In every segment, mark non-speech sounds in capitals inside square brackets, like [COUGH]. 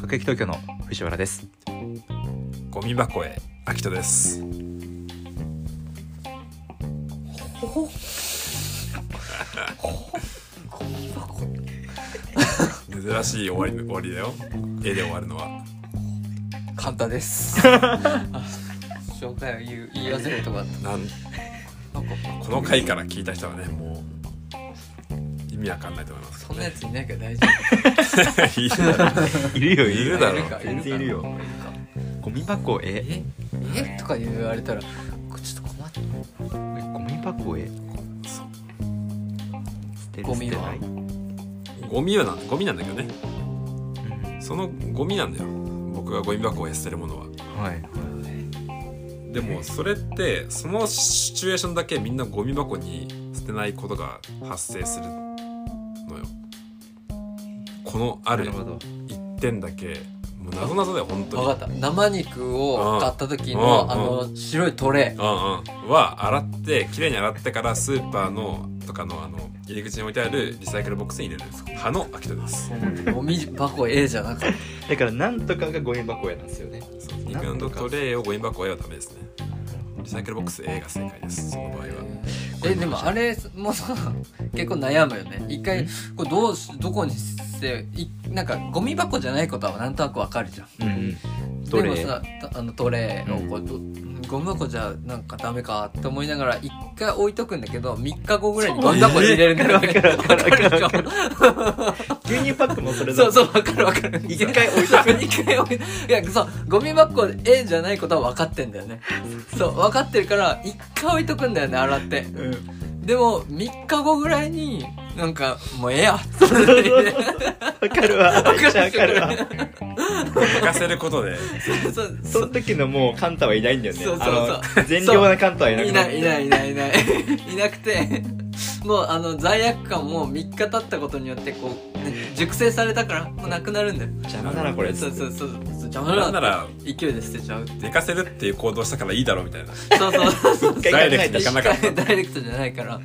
各駅東京の藤原ですゴミ箱へ秋人です。ほほ珍しい終わり終わりだよ。絵で終わるのは。簡単です紹介を言う言い忘れるとこだっなんたなんかこの回から聞いた人はねもう意味わかんないと思います [LAUGHS] そんなやついないから大丈けど。いるだろいるよいる夫だろか全然いるよかゴミ箱へええとか言われたらちょっと困ってゴミ箱へ捨てるゴミは捨てなゴミはなゴミなんだけどね。いそのゴミなんだよ。僕がゴミ箱へ捨てるものは。うんはいでもそれってそのシチュエーションだけみんなゴミ箱に捨てないことが発生するのよ。このあなるるほど一点だけもう謎謎だよ本当に。分かった生肉を買った時うのんあの白いトレうんうん、は洗ってきれいに洗ってからスーパーのとかのあの入り口に置いてあるリサイクルボックスに入れるんです葉の秋田ですイゴミ箱 A じゃなかっだからなんとかがゴミ箱へなんですよねそう肉のトレイをゴミ箱 A はダメですねリサイクルボックス A が正解ですその場合はたえでもあれもさ結構悩むよね一回これどうしどこにしていなんかゴミ箱じゃないことはなんとなくわかるじゃんうんどでれもさたあのトレーをこう、どゴミ箱じゃなんかダメかって思いながら一回置いとくんだけど3日後ぐらいにゴミ箱に入れるんだよねわかるわかるわかるわわかかるでし牛乳パックもそょれだそうそうわかるわかる一回置いとく一回置いいやそうゴミ箱 A じゃないことは分かってんだよねそう分かってるから一回置いとくんだよね洗ってうんでも3日後ぐらいになんかもうええやっつってわかるわわるかるわ寝かせることでそうそそのう時のもうカンタはいないんだよねそうそうそうあの善良なカンタはいなくいなないいないいないいないいなくてもうあの罪悪感も3日経ったことによってこう、ね熟成されたからもうなくなるんだよ邪魔だなこれそうそうそうそう邪魔なだんなら勢いで捨てちゃう寝かせるっていう行動したからいいだろうみたいなそうそうそうそう一回考えダイレクトたにし考なかった [LAUGHS] ダイレクトじゃないから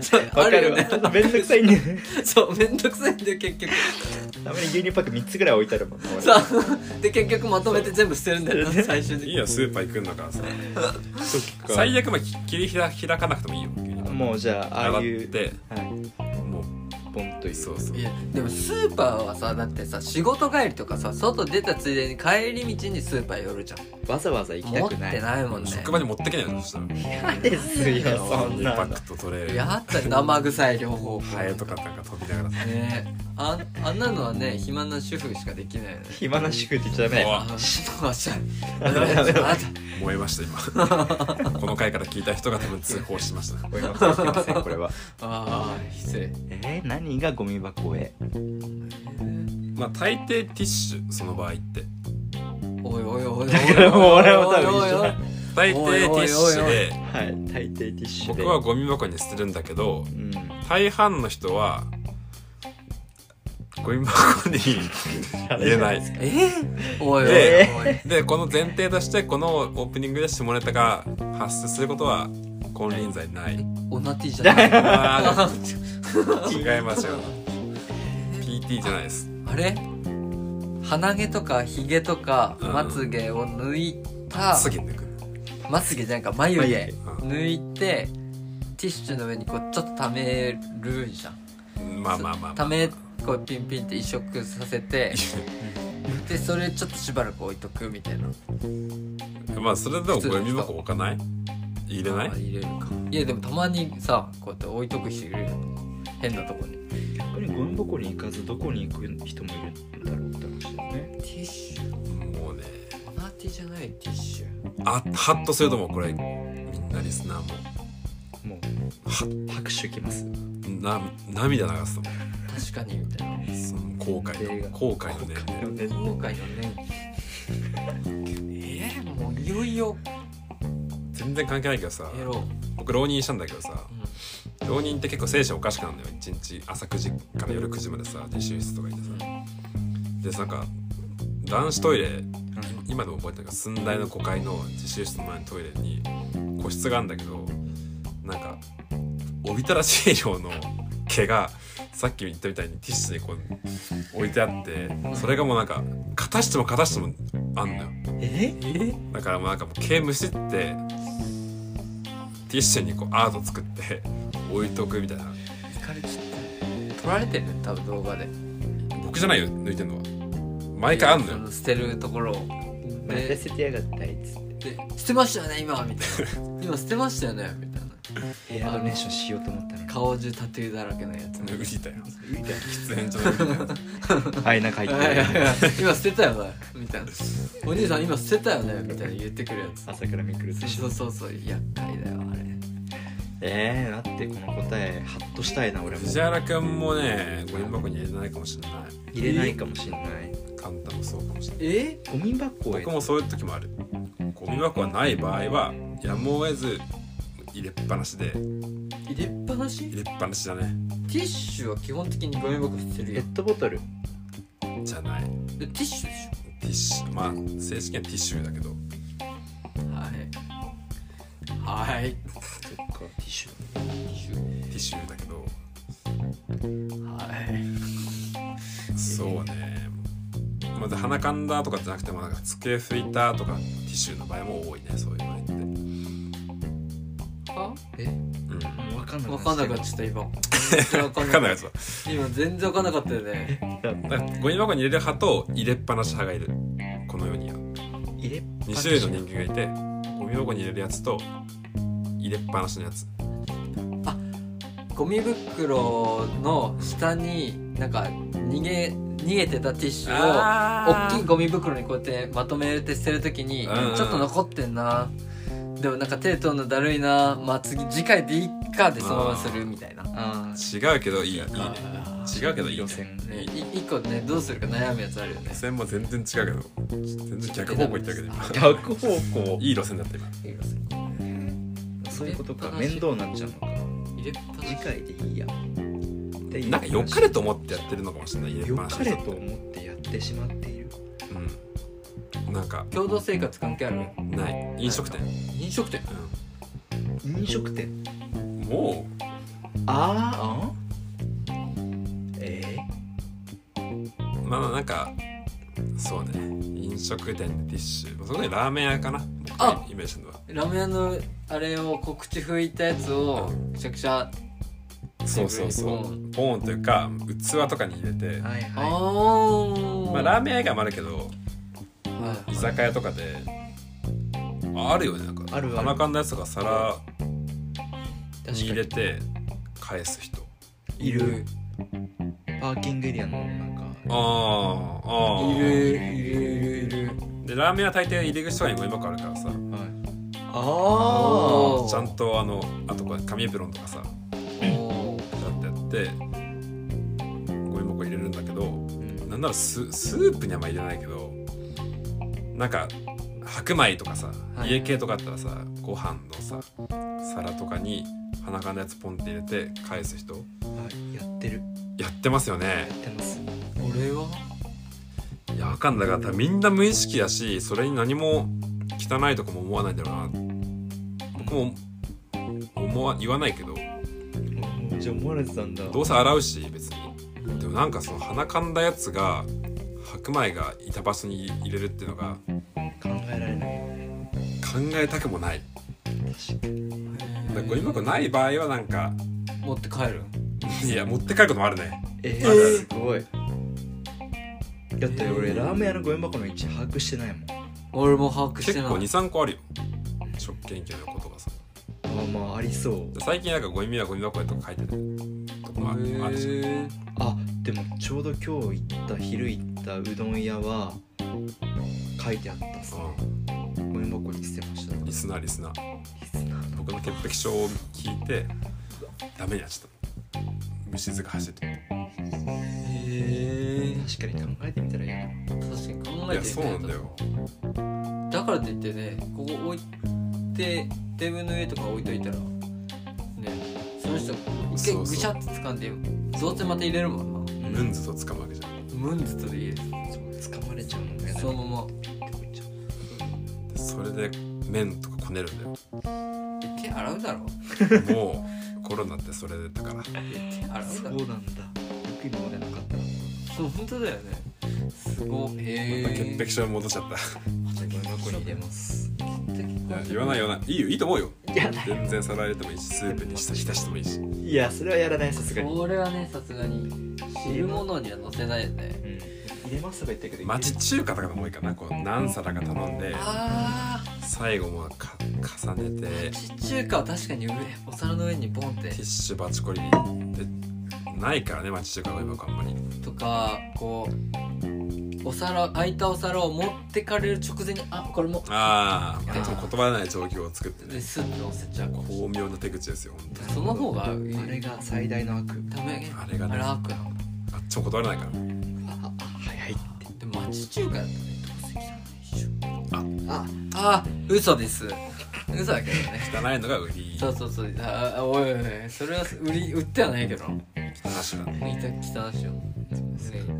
そうわあかるるよわねめんどくさいね [LAUGHS] そうめんどくさいんだよ結局たまに牛乳パック3つぐらい置いてあるもん俺さあで結局まとめて全部捨てるんだよな最終的いいによスーパー行くんだからさそっか最悪まで切り開開かなくてもいいよ牛乳パックもうじゃあああい洗っうてはいもポンといううそうそういやでもスーパーはさだってさ仕事帰りとかさ外出たついでに帰り道にスーパー寄るじゃんわざわざ行きた持っくてないないもんね職場に持ってけないのそしたら嫌ですよそんイなパのクトトレイやった生臭い両 [LAUGHS] 方ハエとかなんか飛びながらさねああんなのはね暇な主婦しかできないよね暇なしくって言っちゃダメだよああのしダメ [LAUGHS] だダメだ燃えま [LAUGHS] した今この回から聞いた人が多分通報しましたごめんなさいすいませんこれはああ失礼えー何がゴミ箱へまあ大抵ティッシュその場合っておいおいおいおいおいおいおいおいおいおいだからもう俺も多分一緒だ大抵ティッシュおいおいおはでい大抵ティッシュで僕はゴミ箱に捨てるんだけどうん大半の人はゴミ箱 [LAUGHS] に入れないえーおいおいでおいでこの前提としてこのオープニングで下ネタが発生することは金輪際ないオナティじゃないああー違いますよ PT じゃないですあれ鼻毛とかひげとかうんまつ毛を抜いたすぐ抜くまつげじゃないか眉毛眉抜いてティッシュの上にこうちょっとためるじゃんうんまあまあまあまあためこうピンピンって移植させてでそれちょっとしばらく置いとくみたい [LAUGHS] なまあそれでもゴミ箱置かない入れないあ入れるかいやでもたまにさこうやって置いとく人いるよ変なとこに逆にゴミ箱に行かずどこに行く人もいるんだろうって話だよねティッシュもうねパーティーじゃないティッシュあハッとすると思うこれみんなリスナーももうは拍手きますな涙流すと思確かにみたいなうその後悔の後悔の年齢後悔のねえー、もういよいよ全然関係ないけどさエロ、僕浪人したんだけどさうん浪人って結構精神おかしくなるのよ一日朝9時から夜9時までさ自習室とか行ってさでなんか男子トイレ今でも覚えてるけど寸大の5階の自習室の前のトイレに個室があるんだけどなんかおびただしい量の毛がさっき言ったみたいにティッシュでこう置いてあってそれがもうなんか片しても片してもあんのよええだからもうなんかもう毛むしってティッシュにこうアート作って置いとくみたいな疲れちゃった撮られてる多分動画で僕じゃないよ抜いてんのは毎回あんのそよの捨てるところを任せてやがったあいつで捨てましたよね今みたいな今捨てましたよねみたいなヘアドネーションしようと思ったの顔中タトゥーだらけのやつ脱い [LAUGHS] だよに喫煙所で脱いだよはいなんか入ってる今捨てたよねみたいなお兄さん今捨てたよねみたいな言ってくるやつ朝からめくるでしそょうそうそう厄介だよあれえー、だってこの答えハッとしたいな俺も藤原くんもねゴミ箱に入れないかもしれない入れないかもしんないカンタもそうかもしれないえゴミ箱へ僕もそういう時もあるゴミ箱がない場合はやむを得ず入れっぱなしで入れっぱなし入れっぱなしだねティッシュは基本的にゴミ箱捨てるペよットボトルじゃないでティッシュテでしィッシュまあ正式にはティッシュだけどょはいはいテそっかティッシュィッシュティッシュだけどはいそうねまず鼻かんだとかじゃなくてもなんか机拭いたとかティッシュの場合も多いねそういう場合ってうんあえ分かんな分かんなかった今全然分か分んかなかんないやっつはた今全然分かんなかったよねだからゴミ箱に入れる派と入れっぱなし派がいるこの世には入れっぱ2なし種類の人間がいてゴミ箱に入れるやつと入れっぱなしのやつゴミ袋の下になんか逃げ逃げてたティッシュをあ大きいゴミ袋にこうやってまとめて捨てるときにうんちょっと残ってんなでもなんか手取るのだるいなまあ次次回でいいかでそのままするみたいなあー違うけどいいいいねあー違うけどいい路ね線ねい一個ねどうするか悩むやつあるよね路線も全然違うけど全然逆方向行ったけど今逆方向いい路線だった今そういうことか面倒になっちゃうのか入れっぱなし次回でいいやでなんか良かれと思ってやってるのかもしれない入れっ良ぱなしかのれ人と思ってやってしまっているうんなんか共同生活関係あるない飲食店、飲食店飲食店うん、もうあーあえまあなんかそうね飲食店ティッシュそこでラーメン屋かな僕がイメージしたのはラーメン屋のあれをこう口拭いたやつをくしゃくしゃそうそうそううポーンというか器とかに入れて、ーはいあはーまあ、ラーメン屋以外もあるけどはい居酒屋とかでああるよねなんかあるある鼻かんだやつとか皿に入確かれて返す人いいるパーキングエリアのなんかああああいるいるいるいるでラーメンは大抵入り口とかにゴミ箱あるからさはいあーちゃんとあのあとこう紙エプロンとかさおーだってやってゴミ箱入れるんだけどなんならススープにはあんま入れないけどなんか白米とかさはい家系とかあったらさご飯のさ皿とかに鼻かんだやつポンって入れて返す人はいやってるやってますよやねってます俺はいやわかんないだからみんな無意識だしそれに何も汚いとかも思わないんだろうな僕も思わ言わないけどもうじゃあ思われてたんだどうせ洗うし別にでもなんかその鼻かんだやつが白米がいた場所に入れるっていうのが考えられない考えたくもない確かにだからゴミ箱ない場合はなんか持って帰るいや持って帰ることもあるねえあるあー、るすごいだってえ俺ーラーメン屋のゴミ箱の位置把握してないもん俺も把握し結てない構23個あるよ食券機のことがさあーまあありそうで最近なんかゴミはゴミ箱へとか書いてるとこもあへーあるしあでもちょうど今日行った昼行ったうどん屋は書いてあったさうゴミ箱に捨てましたんリスナーリスナー僕の潔癖症を聞いてダメになっちゃった虫唾が走ってるへえ確かに考えてみたら嫌だ確かにい考やえてみそうたなんだよだからといってねここ置いてテーブルの上とか置いといたらねその人そ一回うぐそうしゃって掴んでどうせまた入れるもんなムンズと掴むわけじゃんムンズとでいいですそう掴まれちゃうのが嫌だそのまま [LAUGHS] でそれで麺とかこねるんだよ手洗うだろもうコロナってそれだからあれそうそうなんだ僕今までなかったな本当だよねすごいへえ潔癖症に戻っちゃっじゃあゴミ箱に入れますた言わない言わないいいよいいと思うよいやない全然皿入れてもいいしスープにしたり浸してもいいしいやそれはやらないさすがに、うん、これはねさすがに汁物には載せないよね入れますとか言ったけど町中華とかのも多いかなこう何皿か頼んでああ最後もか重ねてテ地中華は確かに上お皿の上にボンっィてッシュバチコリでないからね町中華の今あんまりとかこうお皿空いたお皿を持ってかれる直前にあこれもああちょっと言葉のない状況を作ってでねスッと乗せちゃう巧妙な手口ですよ本当にその方があれが最大の悪ダメあれがねあれ悪なのあっちも断れないからああ早いってでも町中華だったらねどうせ汚いでしょああ嘘です嘘だけどね汚いのが売りそうそうそうああおいおいおいそれは売り売ってはないけどもう汚しだねいた汚いしよね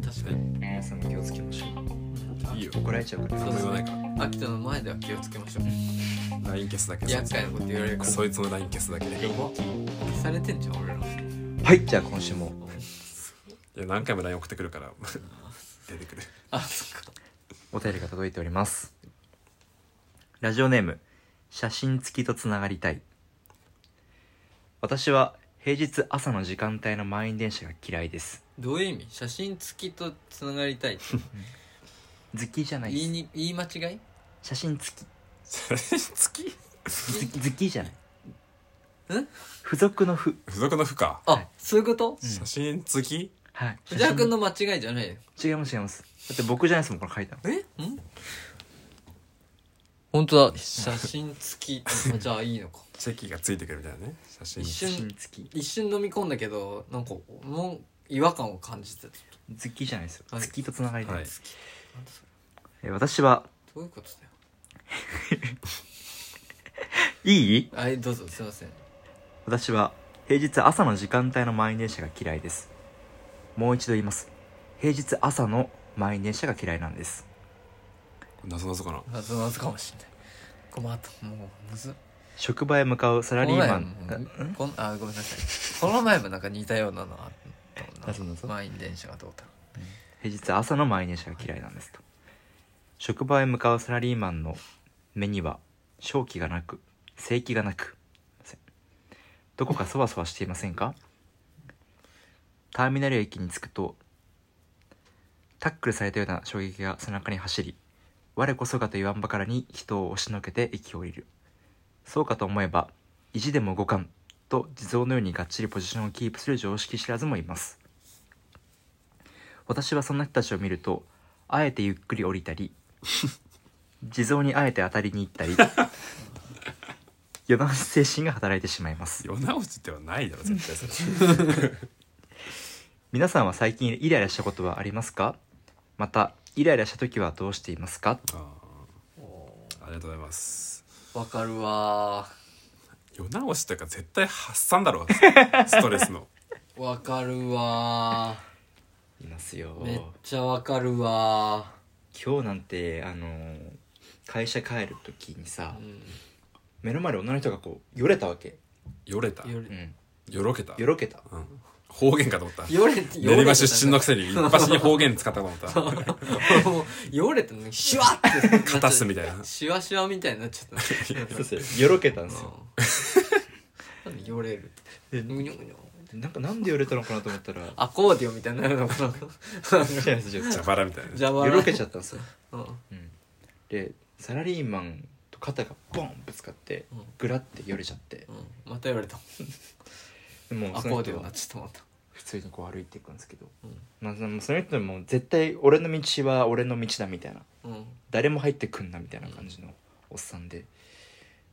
確かに皆さんも気をつけましょいいよう怒られちゃうから何も言わないか秋田の前では気をつけましょうら LINE 消すだけ厄介なこと言われるからそいつの LINE 消すだけでい消されてんじゃん俺らはいじゃあ今週もや何回も LINE 送ってくるから [LAUGHS] 出てくるあそっかお便りが届いておりますラジオネーム写真付きとつながりたい私は平日朝の時間帯の満員電車が嫌いですどういう意味写真付きとつながりたい好きじゃないで言いすに言い間違い写真付き写真付き好き好きじゃないん付属の付付属の負荷あそういうことうん写真付きはい藤原君のの間違いじゃないよ違います違いますだって僕じゃないですもんこれ書いたのえん本当だ写真付きあじゃあいいのかチェキがついてくるみたいなね写真一写真瞬付き一瞬飲み込んだけどなんかもう違和感を感じてた好きじゃないですよはい好きとつながりたい、はいなんだそえれ私はどういうことだよいいはいどうぞすいません私は平日朝の時間帯の満員電車が嫌いですもう一度言います平日朝の満員電車が嫌いなんですなぞなぞかな謎謎かもしんないごめんあともうむず職場へ向かうサラリーマンこの前もこんあごめんなさいこの前もなんか似たようなのあった謎々満員電車が通った平日朝の満員電車が嫌いなんですと職場へ向かうサラリーマンの目には正気がなく正気がなくすいませんどこかそわそわしていませんかターミナル駅に着くとタックルされたような衝撃が背中に走り我こそがと言わんばからに人を押しのけて駅を降りるそうかと思えば意地でも動かんと地蔵のようにがっちりポジションをキープする常識知らずもいます私はそんな人たちを見るとあえてゆっくり降りたり地蔵にあえて当たりに行ったり世直し精神が働いてしまいます世直しではないだろ絶対それ皆さんは最近イライラしたことはありますかまたイライラした時はどうしていますかあーありがとうございますわかるわ世直しとか絶対発散だろストレスのーわかるわいますよーめっちゃわかるわ今日なんてあのー会社帰る時にさー、うん目の前で女の人がこうよれたわけよれたよれんよろけたよろけたうん、方言かと思ったよれて練馬出身のくせに一発に方言使ったかと思った俺もうよれたのにシュワッて片すみたいたいなシュワシュワみたいになっちゃったそうそうよろけたんですようんなんでよれるってうにょうにょなんかなんでよれたのかなと思った [LAUGHS] らアコーディオンみたいになるのかな違う違う違う蛇腹みたいな邪魔 [LAUGHS] よろけちゃったんですようんうんでサラリーマンと肩がボンぶつかってうんグラってよれちゃってまた言われたもうアそコのーディ人オンになはっちゃったまた普通にこう歩いていくんですけど、うんまあ、でもその人も絶対俺の道は俺の道だみたいなうん誰も入ってくんなみたいな感じのおっさんで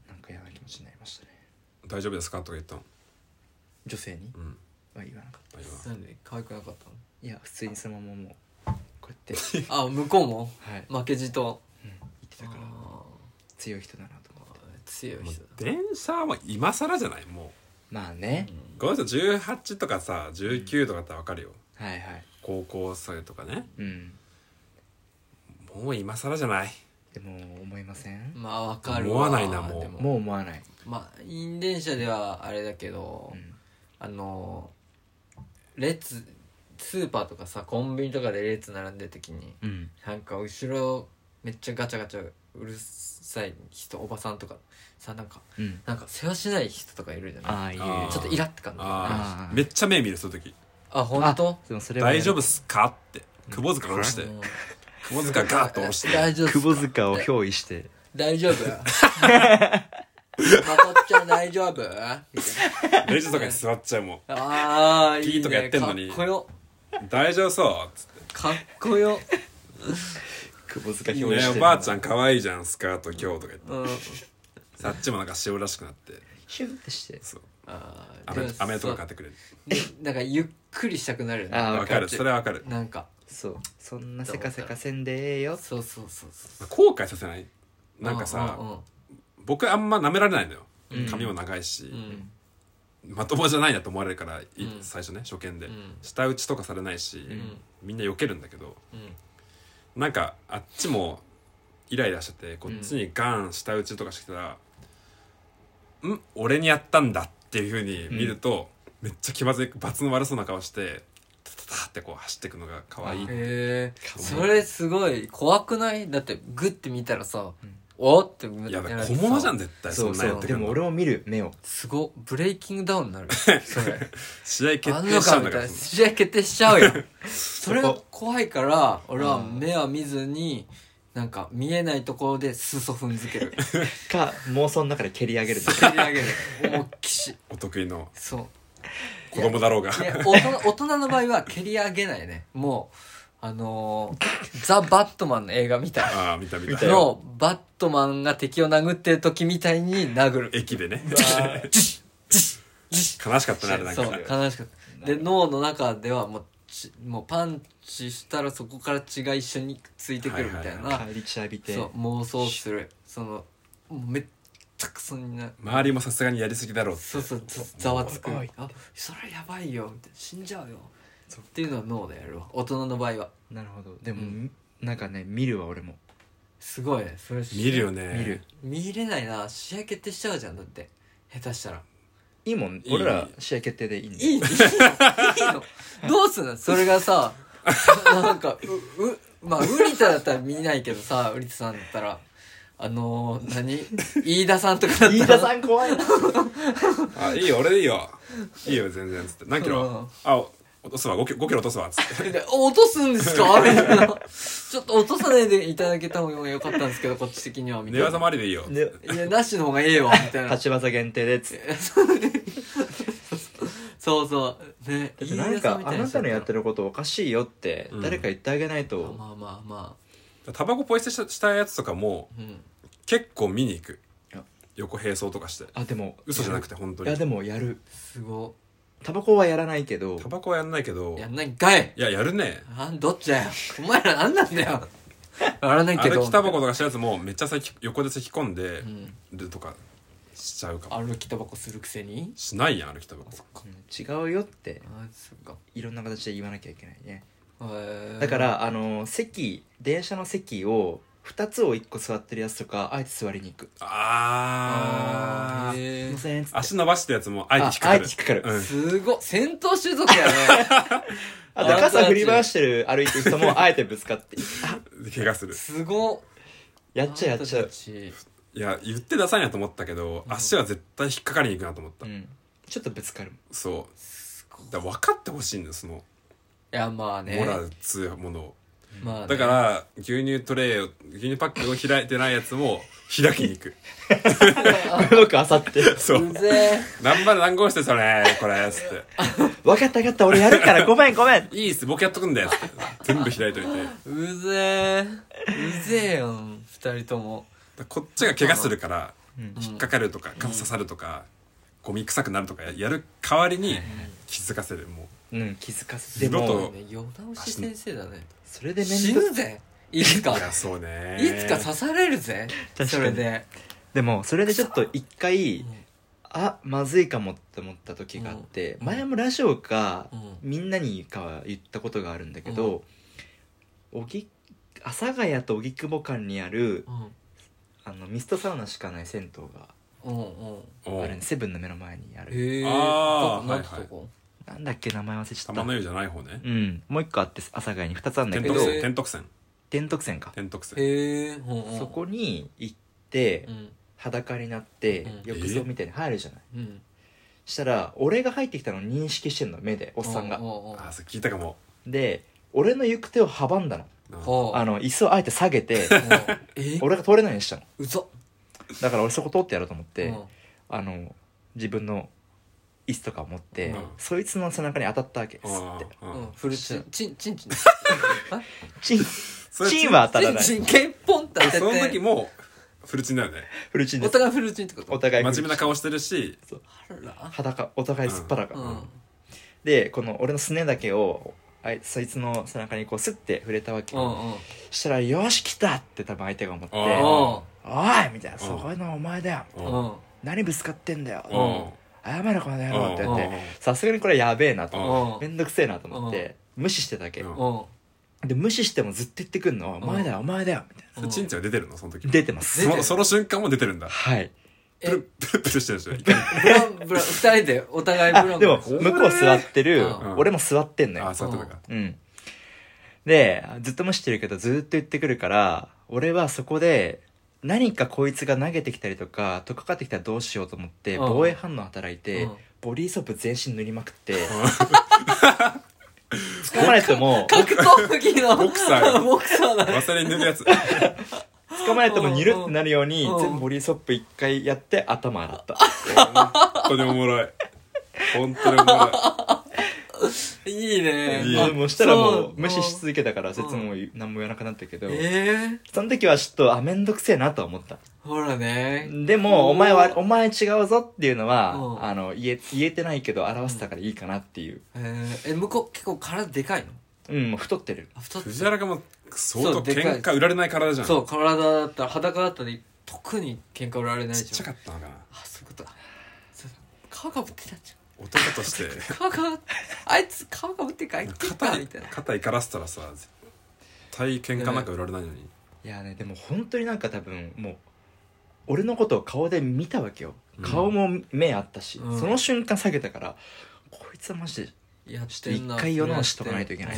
なんか嫌な気持ちになりましたね大丈夫ですかとか言ったの女性にうんは言わなかった大丈夫なんで可愛くなかっいや普通にそのままもうこうやってたのあ向こうもはい負けじと言ってたからあ強い人だなと思ってー強いもう人だ電車は今更じゃないもまあね、うこの人18とかさ19とかだったら分かるよはいはい高校生とかねうんもう今更じゃないでも思いません、まあわかる思わないなもうでももう思わない、まあ陰電車ではあれだけどうんあの列スーパーとかさコンビニとかで列並んでる時にうんなんか後ろめっちゃガチャガチャうるさい人おばさんとかさなんかうんなんか世話しない人とかいるじゃあなあいいいちょっとイラって感じああああーめっちゃ目見るその時本当でもそれは大丈夫っすかって窪塚が押してうん窪塚ガーッと押して [LAUGHS] 大丈夫っすか久保塚を憑依して大丈夫まこっちゃん大丈夫みたいなレジとかに座っちゃうもんああいい、ね、ピーとかやってんのにかっこよ大丈夫そうっつってかっこよ、久保塚「ね憑依しておばあ [LAUGHS] ちゃん可愛いじゃんスカート今日」とか言ってうん、さっちもなんか塩らしくなってシュンってしてそうあー飴でも飴とか買ってくれるでなんかゆっくりしたくなるよねあーわかるそれはわかるなんかそうそんなせかせかせんでええよそうそうそうそう後悔させないなんかさうんうん僕あんま舐められないのようん髪も長いし、うんまともじゃないなと思われるから、いうん最初ね初見で、うん舌打ちとかされないし、んみんな避けるんだけどうんなんかあっちもイライラしててこっちにガン舌打ちとかしてたら「ん俺にやったんだ」っていうふうに見ると、めっちゃ気まずい罰の悪そうな顔してタタタってこう走っていくのが可愛いへえかわいいそれすごい怖くないだってグッて見たらさ、おっっていやだやられて小さ物じゃん絶対そそうんなんそやっうてくでるもの俺も見る目をすごブレイキングダウンに [LAUGHS] なるそれ試合あ決ん定のしちゃうかんみだかたらいな試合決定しちゃうよ [LAUGHS] それがそこ怖いから俺はうん目は見ずになんか見えないところで裾踏んづ [LAUGHS] けるか妄想の中で蹴り上げる蹴り上げる大きしお得意のそう子供だろうがで大人大人の場合は蹴り上げないねもうあのーザ・バットマンの映画みたいああ見た見見たたよのバットマンが敵を殴ってる時みたいに殴る駅でねジシッジシッジシッ悲しかったなあれなんそうか悲しかったで脳の中ではもうちもうパンチしたらそこから血が一緒についてくるみたいな、帰り血浴びてそう妄想するそのもうめっちゃくそにな周りもさすがにやりすぎだろうってそうそうざざわつくおいおいあそれやばいよみたいな死んじゃうよそうっていうのは脳でやるわ大人の場合はなるほどでも、うんなんかね見るわ俺もすごいねそれ見るよね見る見れないな試合決定しちゃうじゃんだって下手したらいいもんいい俺ら試合決定でいいんでいいいいのいいのどうすんのそれがさなんかううまあウリタだったら見ないけどさウリタさんだったらあのー、何 [LAUGHS] 飯田さんとかだったら飯田さん怖 [LAUGHS] いなあいいよ俺でいいよいいよ全然つって何キロあお落とすわ 5, キロ5キロ落とすわつ [LAUGHS] ってで落とすんですかみたいなちょっと落とさないでいただけた方が良かったんですけどこっち的にはみた寝いな技もありでいいよでいやなしの方がええわみた [LAUGHS] いな立ち技限定でっつってそうそうねだってなんかあなたのやってるることおかしいよってうん誰か言ってあげないと、まあまあまタバコポイ捨てしたしたやつとかもあうん結構見に行くいや横並走とかしてあでも嘘じゃなくて本当いやにでもやるすごタバコはやらないけどタバコはやんないけどいやんないんかいいややるねあんどっちだよお前らなんなんだよ笑わないけど歩きタバコとかしたやつもめっちゃ咳横で咳き込んでうんるとかしちゃうかも歩きタバコするくせにしないやん歩きタバコうん違うよってあそっかいろんな形で言わなきゃいけないねへーだから、あの席電車の席を2つを1個座ってるやつとかあえて座りに行くあーあ「すいーません」っつって足伸ばしたやつもあえて引っかあかえるて引っかかるうんすごい戦闘種族 [LAUGHS] やねあと傘振り回してる歩いてる人もあえてぶつかってあ怪我するすごっやっちゃうやっちゃあんたうたちいや言って出さんやと思ったけど、足は絶対引っかかりに行くなと思った、うんちょっとぶつかるそうすごいだから分かってほしいんですそのいやまあねモラルっつうものを、まあねだから牛乳トレーを牛乳パックを開いてないやつも開きに行く [LAUGHS] 僕あさってそううぜえ何番何号してそれこれっつって分かった分かった俺やるからごめんごめんいいっす僕やっとくんだよっつって全部開いといてだかうぜえうぜえよ二人ともらこっちが怪我するからん引っかかるとか傘刺さるとか、ゴミ臭くなるとかやる代わりに気づかせるもうん気づかせて二度ともね世直し先生だねそれで面死倒ぬぜいつかういやそうねいつか刺されるぜ確かにそれででもそれでちょっと一回うんあまずいかもって思った時があってうん前もラジオかうんみんなにかは言ったことがあるんだけどおぎ阿佐ヶ谷と荻窪間にあるうんあのミストサウナしかない銭湯がうんうんおあうるねセブンの目の前にあるへえあーなんかなんてとこなんだっけ名前忘れちゃった玉の湯じゃない方ねうんもう一個あって阿佐ヶ谷に2つあるんだ天け徳ど線え天徳線天徳線か天徳線へえうんうんそこに行ってうん裸になってうん浴槽みたいに入るじゃないうんしたら俺が入ってきたのを認識してんの目でおっさんがうううんあそれ聞いたかもで俺の行く手を阻んだのうんはあの椅子をあえて下げてえ俺が通れないようにしたのうざっだから俺そこ通ってやろうと思って、うんあの自分の椅子とかを持って、うんそいつの背中に当たったわけですってうんうんフルチンチンチンチンチンそれチンは当たチらンないチンケンポンって当てその時てもうフルチンだよ [LAUGHS] ねフルチンでおす互いフルチンってこおと互い真面目な顔してるしあら裸お互いすっぱらか、うんうんでこの俺のすねだけをあいそいつの背中にこうスッて触れたわけ、うんしたら「よし来た!」って多分相手が思って「あおーい!」みたいな「んそういうのはお前だよううんんうん何ぶつかってんだよう」ん謝れこの野郎」って言っうんうんてさすがにこれやべえなとうん思うんってめんどくせえなと思って無視してたわけ、うんうんで無視してもずっと言ってくんの「おん前だよお前だよ」みたいそれチンチンは出てるのその時なも出てます出てそその瞬間も出てるんだはいプえルプルプルしてるでしょ怒りブランブラン二人でお互いあブランブでラもン向こう座ってるうん俺も座ってんのああよそうだったかうんでずっと無視してるけどずっと言ってくるから俺はそこで何かこいつが投げてきたりとかとっかかってきたらどうしようと思ってうん防衛反応働いてうんボディーソープ全身塗りまく [LAUGHS] って掴まれても格闘技のボクサーがボクサーだねワセリン塗るやつ捕まえてもニュルってなるようにうん全部ボディーソップ一回やって頭洗った本当におもろい本当におもろいいいねいいでもしたらもそう無視し続けたからそいつうんも何も言わなくなったけどええその時はちょっとあめんどくせえなとは思ったほらねでもお前はお前違うぞっていうのうはんあの言え言えてないけど表せたからいいかなっていうえーえ向こう結構体でかいのうんもう太ってるあ太っ藤原がもう相当そうでか喧い嘩売られない体じゃんそう体だったら裸だったら特に喧嘩売られないちっじちゃゃんかったのかなあそういうことだそうだ皮かぶってたじ男と [LAUGHS] してゃん皮かぶあいつ皮かぶってかいって肩たみにたいな肩怒らせたらさ絶対喧嘩なんか売られないのにいやねでも本当になんか多分もう俺のことを顔で見たわけよ顔も目あったし、うんその瞬間下げたからこいつはマジでやっちょてっんとな一回世直しとかないといけない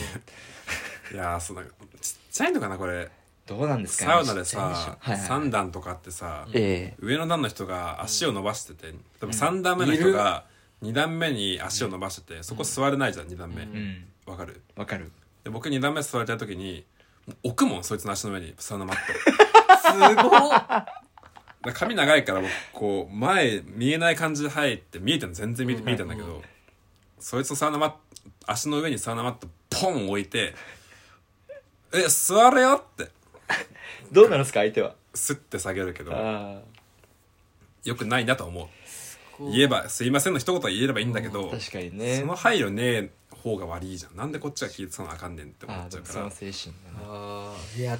いやーそうなんかちっちゃいのかなこれどうなんですかサウナでちっちゃさいでしょはいはい3段とかあってさえ上の段の人が足を伸ばしてて多分3段目の人が2段目に足を伸ばしててそこ座れないじゃん2段目うえうんわかるわかるで僕2段目座りたい時にもう置くもんそいつの足の上にサウナマットすご [LAUGHS] っだから髪長いから僕こう前見えない感じで入って見えてるの全然見えて見えてんだけど、そいつのサウナマット足の上にサウナマットポン置いて「え座れよ!」ってどうなんですか相手はスッて下げるけどあよくないなと思う言えば「すいません」の一言言えればいいんだけあど、確かにねその配慮ねえ方が悪いじゃんなんでこっちが気ぃつかなあかんねんって思あーっちでゃうもかそらの精神だなあーいや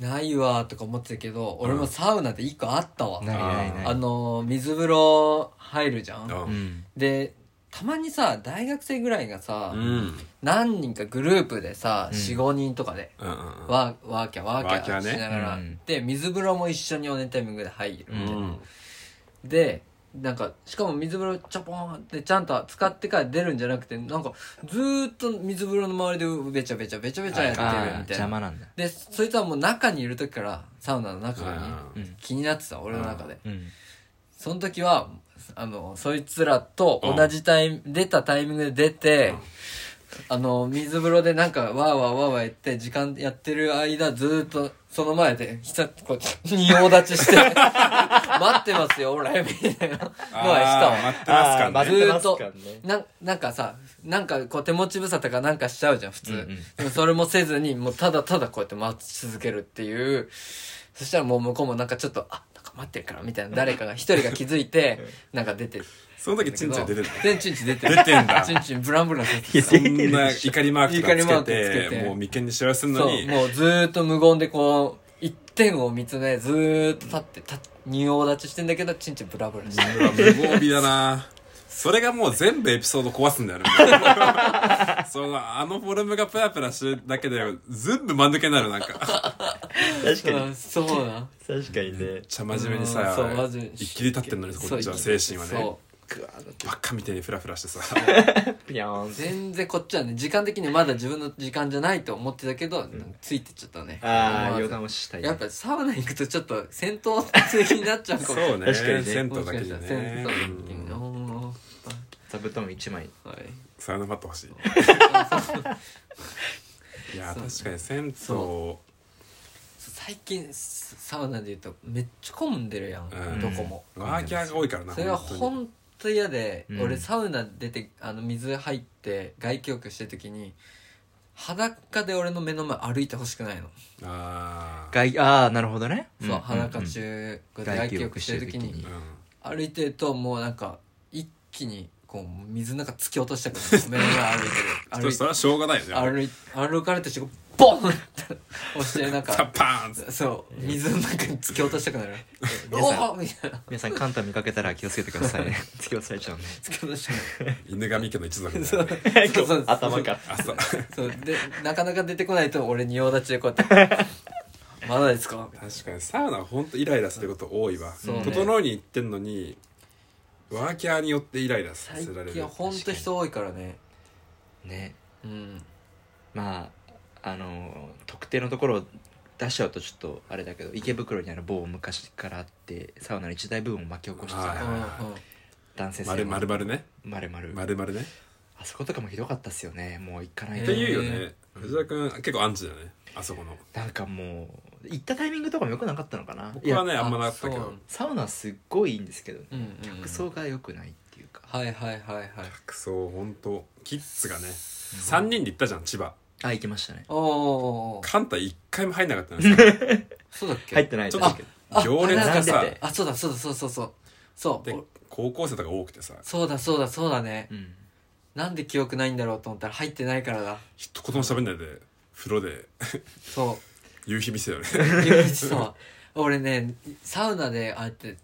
ないわーとか思ってたけど俺もサウナで一個あったわ、ないないないあのー水風呂入るじゃん、ううんんでたまにさ大学生ぐらいがさ、うんうん何人かグループでさ、うん45人とかで、うんうんワーワーキャワーキャワーキャねしながら、うんで水風呂も一緒に同じタイミングで入るみたいな、うんでなんかしかも水風呂ちょぽんってちゃんと使ってから出るんじゃなくてなんかずーっと水風呂の周りでべちゃべちゃべちゃべちゃやってあーるみたいな邪魔なんだでそいつはもう中にいる時からサウナの中うがねんうん気になってた俺の中でうんその時はあのそいつらと同じタイミング出たタイミングで出てあの水風呂でなんかわーわーわーわー言って時間やってる間ずーっとその前でひさこう仁王立ちして待ってますよ俺みたいなのはしたあーわ待ってますかあーら待ねってますからねななんかさなんかこう手持ち無沙汰かなんかしちゃうじゃん普通、うんうんでもそれもせずにもうただただこうやって待ち続けるっていうそしたらもう向こうもなんかちょっとあなんか待ってるからみたいな誰かが一人が気づい [LAUGHS] てなんか出てるその時チンチンは出てるでチンチン出てる出てんだチンチンブランブラン [LAUGHS] 出ているやそんな怒りマークとか怒りマつークつけてけてもう眉間にしわ寄せるのそうにもうずーっと無言でこう一点を見つめずーっと立って立って仁王立ちしてんだけどチンチンブラブラしてるうわ無防備だなそれがもう全部エピソード壊すんだよねそのあのフォルムがプラプラしてるだけで全部間抜けになるなんか確かにうんそうなん確かにめっねちゃ真面目にうんさそう真面目一気に立ってんのにこっちは精神はねそうグワーッバカみたいにフラフラして [LAUGHS] さピヤーンって全然こっちはね時間的にまだ自分の時間じゃないと思ってたけど、ついてっちゃったねああ思わず余談をしたいやっぱサウナ行くとちょっと戦闘的になっちゃうかもしれないそ確かうねにね銭も湯しだかけしじたゃら戦ね闘的にうんお座布団一枚ーはいサウナマット欲 [LAUGHS] しいいやそう確かに銭湯そ最近サウナで言うとめっちゃ混んでるやん、うんどこもワーキャーが多いからなそれは当に本当嫌で、うん俺サウナ出てあの水入って外気浴してる時に裸で俺の目の前歩いてほしくないの、ああ外ああなるほどねそうん裸中で外気浴してる時にう歩いてるともうなんか一気にこう水の中突き落としたくなる目の前歩いてんる歩そいそれはしょうがないよね歩い歩かれた瞬間ボンって押してな [LAUGHS] んさかパーンっつってそう水の中に突き落としたくなるお皆さんおみたいな皆さんカンタ見かけたら気をつけてくださ [LAUGHS] いね突き落とされちゃうんで突き落としたくなる犬神家の一族みたい [LAUGHS] そなうねそうそう頭から朝そうでなかなか出てこないと俺に用立ちでこうやって「まだですか?」確かにサウナは本当イライラすること多いわ、そうね整いに行ってんのにワーキャーによってイライラさ最せられ近るはほんと人多いからねねうんまああの特定のところを出しちゃうとちょっとあれだけど池袋にある某昔からあってサウナの一大ブームを巻き起こしてはいはいたは男性性丸丸丸ね丸々丸丸ね、あそことかもひどかったっすよねもう行かないへとーっていうよね藤田君結構アンチだねあそこのなんかもう行ったタイミングとかもよくなかったのかな僕はねいやあんまなかったけあそうどサウナすっごいいいんですけど、ねうんうんうん服装が良くないっていうか、はいはいはいはいくそ本当キッズがね3人で行ったじゃん千葉あ行きましたねおーおーおーカンタ一回も入んなかったん [LAUGHS] ですそうだっけ入ってないちょとっだとけど行列があさ並んであそうだそうだそうそうそうそうでお高校生とか多くてさそうだそうだそうだねうんなんで記憶ないんだろうと思ったら入ってないからだ一言も喋んないで風呂でそう夕日見せたよ [LAUGHS] ね [LAUGHS] 唯一そう俺ねサウナでああやって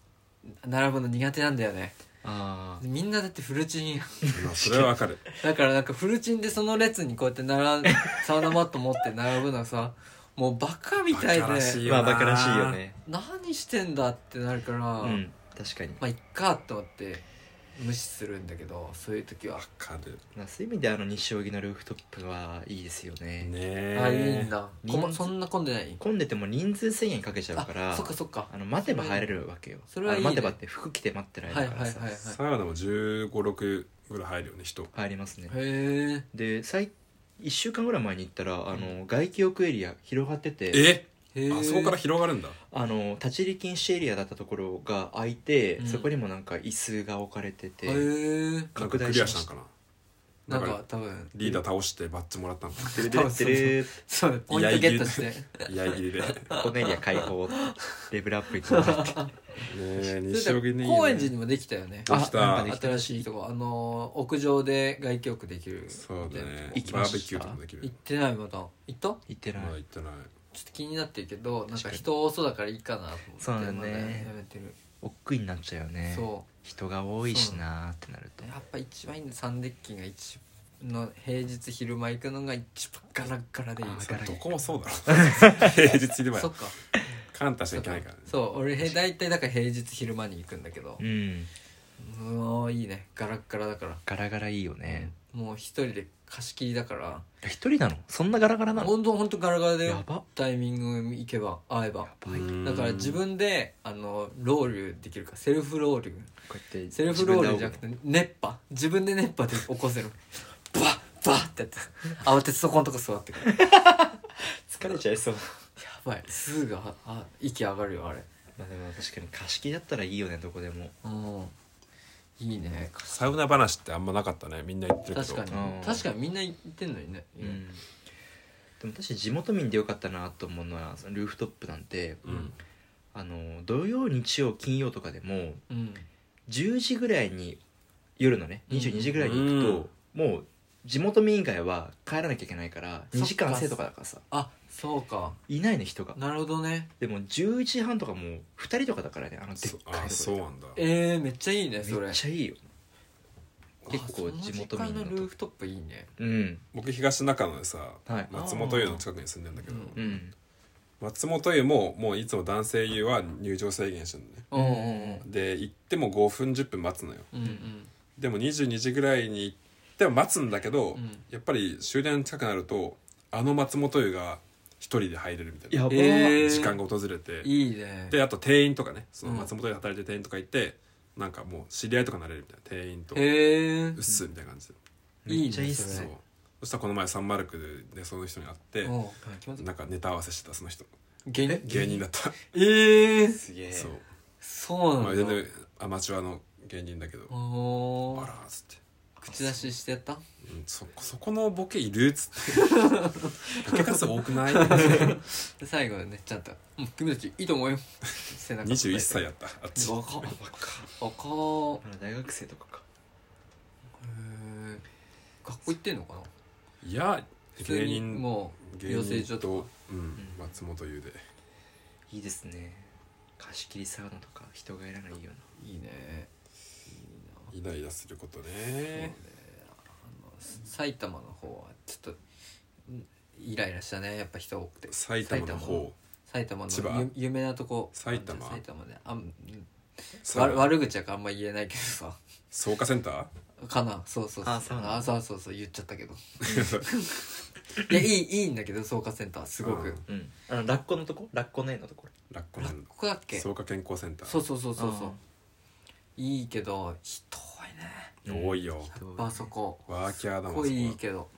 並ぶの苦手なんだよねあみんなだってフルチンやんまあそれはわかるだからなんかフルチンでその列にこうやって並んサウナマット持って並ぶのさもうバカみたいでバカらしいまあバカらしいよね何してんだってなるから、うん確かに、まあいっかって思って無視するんだけどそういう時はわかるまあそういう意味であの西荻のルーフトップはいいですよねねあいいんだ、こ人ま数そんな混んでない混んでても人数制限かけちゃうからあそっかそっかあの待てば入れるわけよそれはいいねあの待てばって服着て待ってられはいるはかいらさ、はいはいサウナも1 5六6ぐらい入るよね人入りますねへえで最1週間ぐらい前に行ったらあの外気浴エリア広がっててえへーあそこから広がるんだあの立ち入り禁止エリアだったところが空いて、うんそこにもなんか椅子が置かれてて、へえなんかクリアしたんかなななんんかか多分リーダー倒してバッジもらったのかてるてるてるそうポイントゲットして居合切 [LAUGHS] りでねこのエリア開放レベルアップいってもらってえ西それ荻でね高円寺ににもできたよねあできたなんかできた新しいとこあのー屋上で外気浴できるそうだね行きまバしたーベキューとかもできる行ってないまた行った行ってないまだ行ってないちょっと気になってるけどなんか確かに人多そうだからいいかなと思ってそうだねまやめてる、億劫になっちゃうよねそ人が多いしなーってなるうとやっぱ一番いいのサンデッキが一の平日昼間行くのが一番ガラッガラでいいあガラどこもそうだろ [LAUGHS] 平日でもやそっかカンタしかそ行っけないかからねそう俺へ大体だから平日昼間に行くんだけどうんもういいねガラッガラだからガラガラいいよねもう一人で貸し切りだから一人なのそんなガラガラなの本当本当ガラガラだよやばタイミング行けば会えばバイトうんだから自分であのロウリュできるからセルフロウリュこうやってセルフロールじゃなくて熱波自分で熱波で起こせるバッバッってやって慌ててそこのとこ座ってくるや疲れちゃいそうばいすぐああ息上がるよあれまあでも確かに貸し切りだったらいいよねどこでもうんいいねサウナ話ってあんまなかったねみんな行ってるけ確どかにうん確かにみんな言ってんのにね、うんでも私地元民でよかったなと思うのはそのルーフトップなんて、うんあの土曜日曜金曜とかでもうん10時ぐらいに夜のね22時ぐらいに行くと、もう地元民以外は帰らなきゃいけないからそっか2時間制とかだからさあそうかいないね人がなるほどねでも11時半とかもう2人とかだからねあのでっそうかあいそうとこなんだえー、めっちゃいいねでそれめっちゃいいよ結構あその地元民実の家のルーフトップいいねうん僕東中野でさはい松本湯の近くに住んでんだけどうんうん松本湯ももういつも男性湯は入場制限してるのねうんうんで行っても5分10分待つのようんうんでも22時ぐらいに行っても待つんだけど、んやっぱり終電近くなるとあの松本湯が一人で入れるみたいなばえー時間間が訪れていいねであと店員とかねそのうん松本で働いてる店員とかいて、なんかもう知り合いとかなれるみたいな店員とうへえっすみたいな感じで、いめいっちゃいねいっそすそれうそしたらこの前サンマルクでその人に会って、うんなんかネタ合わせしてたその人芸人芸人だった、ええすげえそう、そうまなあ、ん全だ然アマチュアの芸人だけど、おあらおーっつって、口出ししてやったうん、そこそこのボケいるっつって [LAUGHS] ボケ数多くないで最後ねちゃんと「うん君たちいいと思うよ」 [LAUGHS] 背中21歳やったあっち若っ若 [LAUGHS] っあ大学生とかかへえ学校行ってんのかないや普通芸に人もう芸養成人所とと、うん、松本優でいいですね貸し切りサウナとか人がいらないようないいねいいイライラすることなねあの埼玉の方はちょっとうんイライラしたねやっぱ人多くて埼玉の方埼玉の千葉ゆ有名なとこ埼玉埼玉であんさわ悪口はあんま言えないけどさ草加センタかなそうそうそうあそうなんだあそうそうそう言っちゃったけどーいやいいいいんだけど草加センターすごうくんうんあのラッコのとこラッコの絵のところラッコラなッんコだっけそ草加健康センタうーそうそうそうそうあいいけど人多いね多いよやっぱあそこワーキャーだもん濃いそけど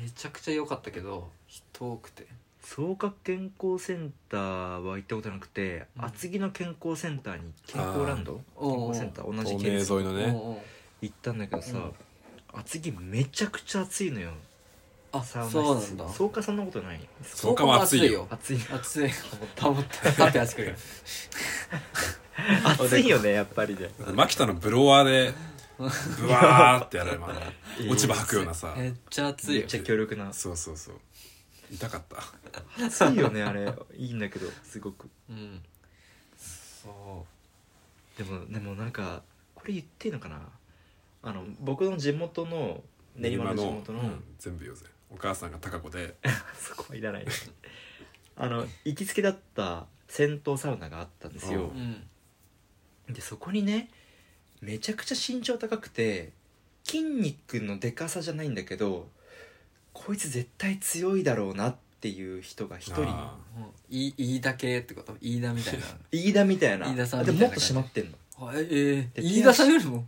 めちゃくちゃ良かったけど人多くて創価健康センターは行ったことなくて、うん厚木の健康センターに健康ランドあー健康センター同こじ透系明沿列行いのうんねうんったんだけどさ、うん厚木めちゃくちゃ暑いのよあサウナそうなんだ創価そんなことない草加も暑いよ暑い暑い保ったたって暑くる暑いよねやっぱりで牧田のブロワーでブワーってやられまね落ち葉吐くようなさめっちゃ暑めいっよちゃ強力なそうそうそう痛かった暑いよねあれいいんだけどすごくうんそうでもでもなんかこれ言っていいのかなあの僕の地元の練馬の地元の、うん全部よぜお母さんが高子でそこはいらないですあの行きつけだった銭湯サウナがあったんですよううんでそこにねめちゃくちゃ身長高くて筋肉のでかさじゃないんだけどこいつ絶対強いだろうなっていう人が一人あうんい飯田系ってこと飯田みたいな飯田みたいな飯田さんみでたいなももっと締まってんのあええで飯田さんよりも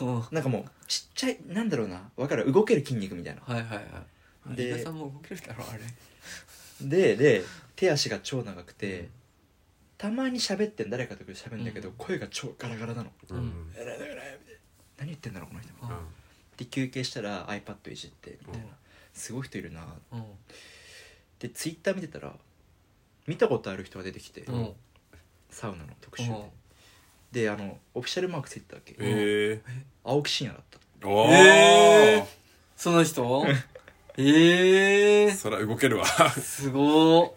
うんなんかもうちっちゃいなんだろうな分かる動ける筋肉みたいなはいはいはいで飯田さんも動けるだろあれでで手足が超長くて、たまに喋ってん誰かと喋るんだけど、うん声が超ガラガラなのーうんうん何言ってんだろうこの人うんで休憩したら iPad いじってみたいな、すごい人いるなうんで Twitter 見てたら見たことある人が出てきて、うんサウナの特集でであのオフィシャルマークついてたわけ、え青木真也だったーおえーそ [LAUGHS] の人ええそりゃ動けるわ [LAUGHS] すごー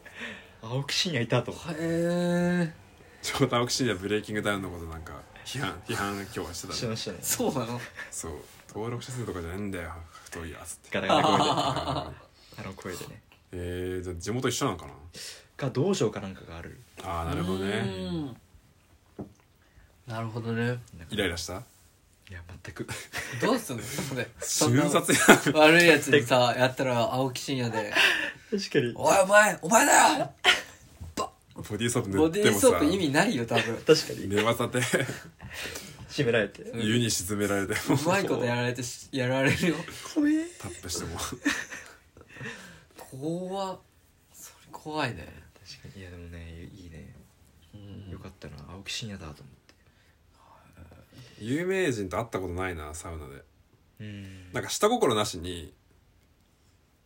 青木真也いたとへえちょうど青木真也ブレイキングダウンのことなんか批判批判今日はしてたしねましたねそうなのそう登録者数とかじゃねえんだよ格闘技やつってガラガラ [LAUGHS] 声でああの声でねーえー、じゃあ地元一緒なのかなが道場かなんかがあるああなるほどうねんなるほどねイライラしたいや全く [LAUGHS] どうすんのそれそんな瞬殺や悪いやつにさやったら青木真也で確か「においお前お前だよ! [LAUGHS] ボディーソープ」塗ボってディーもソーさプ意味ないよ多 [LAUGHS] 分確かに寝技で [LAUGHS] 締められてん湯に沈められてもうまいことやられてしやられるよ怖えタップしても怖っそれ怖いね確かにいやでもねいいねうんよかったな青木真也だと思って有名人と会ったことないなサウナでうんなんか下心なしに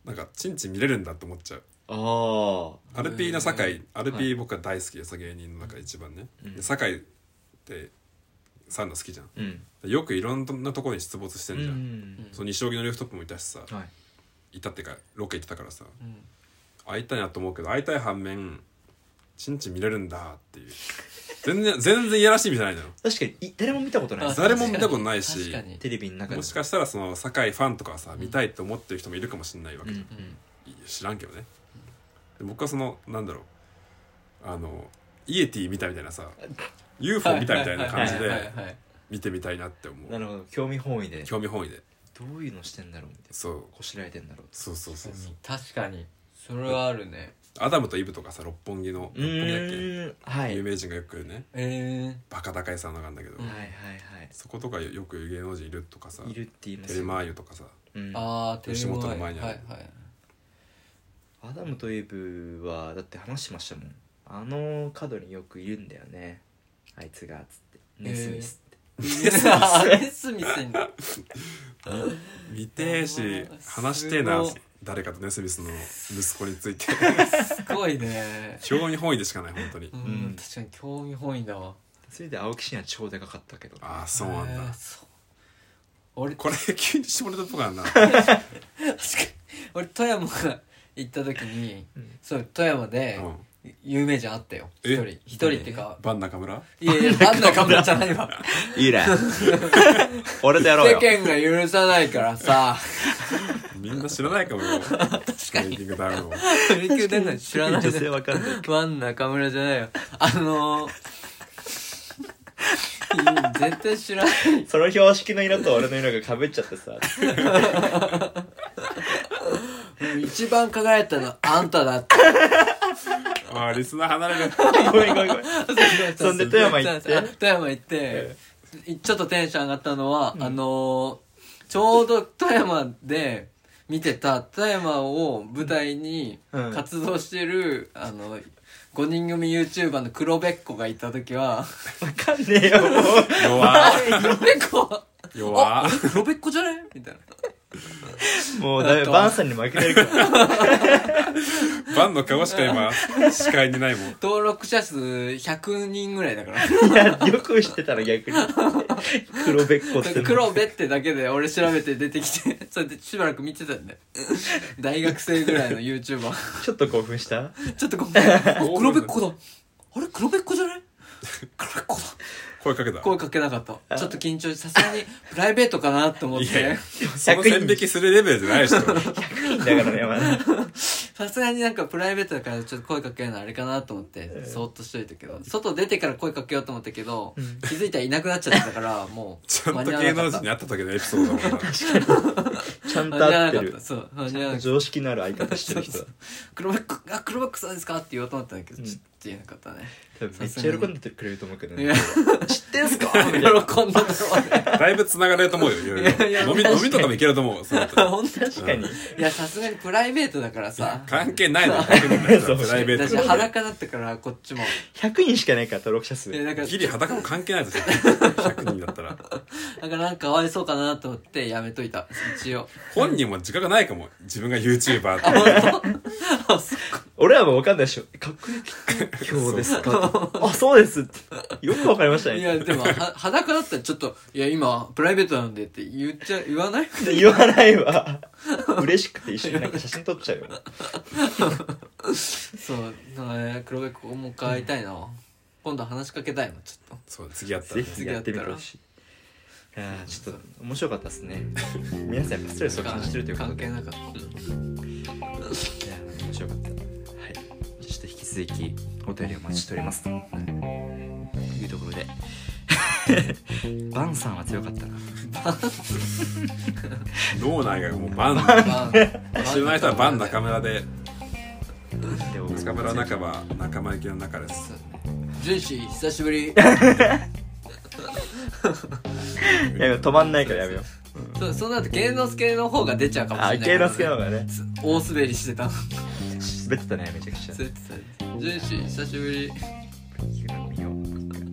なんかチンチン見れるんだって思っちゃうああアルピーの酒へ井アルピー僕は大好きでさ芸人の中で一番ね、うんで酒井ってサウナ好きじゃんうんよくいろんなところに出没してうんじゃん、んその西荻のルフトップもいたしさはいいたってかロケ行ってたからさうん会いたいなと思うけど会いたい反面チンチン見れるんだっていう全然全然いやらしい意味じゃないのよ確かにい誰も見たことないあ誰も見たことないし確かにテレビの中でもしかしたらその酒井ファンとかはさ見たいと思ってる人もいるかもしれないわけじゃんうんうんいや知らんけどねで僕はそのなんだろうあのイエティ見たみたい [LAUGHS] なさ UFO 見たみたいな感じはいはいではいはい見てみたいなって思なうるほど興味本位で興味本位でどういうのしてんだろうみたいなそうこしらえてんだろうってそうそうそうそう確かにそれはあるねアダムとイブとかさ六本木のう六本木だっけーんはい有はい名人がよくねえバカ高いサウナがあるんだけど、うんはいそことかよく芸能人いるとかさはいいるって言いまテすレよマーユとかさうんー、ああテレビ吉本の前にあるはいはいアダムとイブはだって話してましたもんあの角によくいるんだよねあいつがつってネスミスって、ネスミスに見てーしあー話してーなすごい誰かとネスミスの息子につい [LAUGHS] てすごいね興味本位でしかない本当にうん、うん確かに興味本位だわそれで青木真也超でかかったけどああそうなんえーだそう俺これ急に下ネタっぽくなるな俺富山行った時に、うんそう富山でうん有名人あったよえ一人一人っていうかバン中村いやいやバン中村じゃないわ [LAUGHS] い [LAUGHS] いね俺とやろう世よ間が許さないからさ [LAUGHS] みんな知らないかもよ確かにダウンをそれ級出るの知らない女で性わかんない [LAUGHS] バン中村じゃないよあのー、 [LAUGHS] 絶対知らない [LAUGHS] その標識の色と俺の色がかぶっちゃってさ一番輝いたのあんただってああリスナー離れるごめんごめんごめん [LAUGHS] そんで富山行ってあ富山行ってちょっとテンション上がったのは、あのーちょうど富山で見てた富山を舞台にうん活動してる、あの5人組 YouTuber の黒べっこがいた時はわかんねえよもう [LAUGHS] 弱 [LAUGHS] 黒べっこ弱黒べっこじゃねみたいなもうだいぶバンさんに負けてるからバンの顔しか今視界にないもん登録者数100人ぐらいだから [LAUGHS] いやよくしてたら逆に黒べっこって黒べってだけで俺調べて出て [LAUGHS] きてそれでしばらく見てたんだよ大学生ぐらいの YouTuber ちょっと興奮したちょっとごめん。お黒べっこだ。あれ黒べっこじゃない黒べっこだ。声かけた声かけなかった。ちょっと緊張して、さすがにプライベートかなと思っいやいてや、その線引きするレベルじゃない [LAUGHS] でしょだからねまださすがになんかプライベートだからちょっと声かけるのあれかなと思って、そーっとしといたけど、外出てから声かけようと思ったけど、気づいたらいなくなっちゃったから、もう、ちゃんと間に合芸わ能なか人っに会った時のエピソードだもんなちゃたんと間に合合わっなてかっるた。そう、間に合わなかっ常識のある相方してた。る人だ黒べっこ、あ、黒べっこさんですかって言おうと思ったんだけど、ちょっと言えなかったね。多分めっちゃ喜んでくれると思うけどいねや、知ってんすか [LAUGHS] 喜んみだたいなと思うね。だいぶ繋がれると思うよいろいろいや飲み飲みとかもいけると思うその後本 [LAUGHS] 当に確かにいや、さすがにプライベートだからさ。関係ないの [LAUGHS] よプライベー私トで裸だったからこっちも100人しかいないから登録者数でなんかギリ裸も関係ないですよ100人だったらなんかなんかかわいそうかなと思ってやめといた [LAUGHS] 一応本人も自覚ないかも自分が YouTuber ってあそっか俺らも分かんないでしょかっこいい今日ですかあそうですってよく分かりましたいねやでもは裸だったらちょっと「いや今プライベートなんで」って言っちゃ言 [LAUGHS] わない言わないわ嬉しくて一緒になんか写真撮っちゃうよそうだからね黒部君もう一回会いたいな、今度話しかけたいもんちょっそう次会ったらぜねひやってみてほしいいやーちょっと面白かったですね皆さんやっぱストレスとを感じてるということ関でいや係な [LAUGHS] かったー面白かったはいそして引き続きお便りお待ちしておりますというとこ [LAUGHS] ろでバンさんは強かったな脳内がもうバン [LAUGHS] バン知らない人はバン中村でで中村仲間仲間行きの中ですジュンシー久しぶりいや止まんないからやめようそうそうなると芸能系の方が出ちゃうかもしあれない圭之介の方がね大滑りしてた滑ってたねめちゃくちゃそうやってたジュンシー久しぶり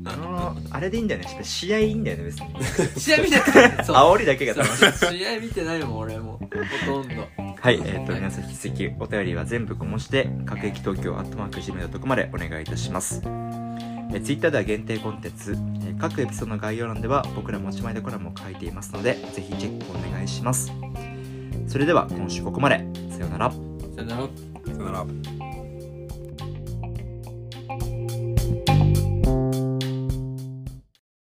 あのーあれでいいんだよね試合いいんだよね別に [LAUGHS] 試合見てたそう煽りだけが楽しいそう試合見てないもん俺もほと [LAUGHS] んどはい、えっ、と、皆さん引き続きお便りは全部小文字で、各駅東京アットマークジムのとこまでお願いいたします。えツイッター Twitter では限定コンテンツ、えー各エピソードの概要欄では僕ら持ち前でコラムを書いていますので、ぜひチェックお願いします。それでは今週ここまで。さようなら。さよならさよなら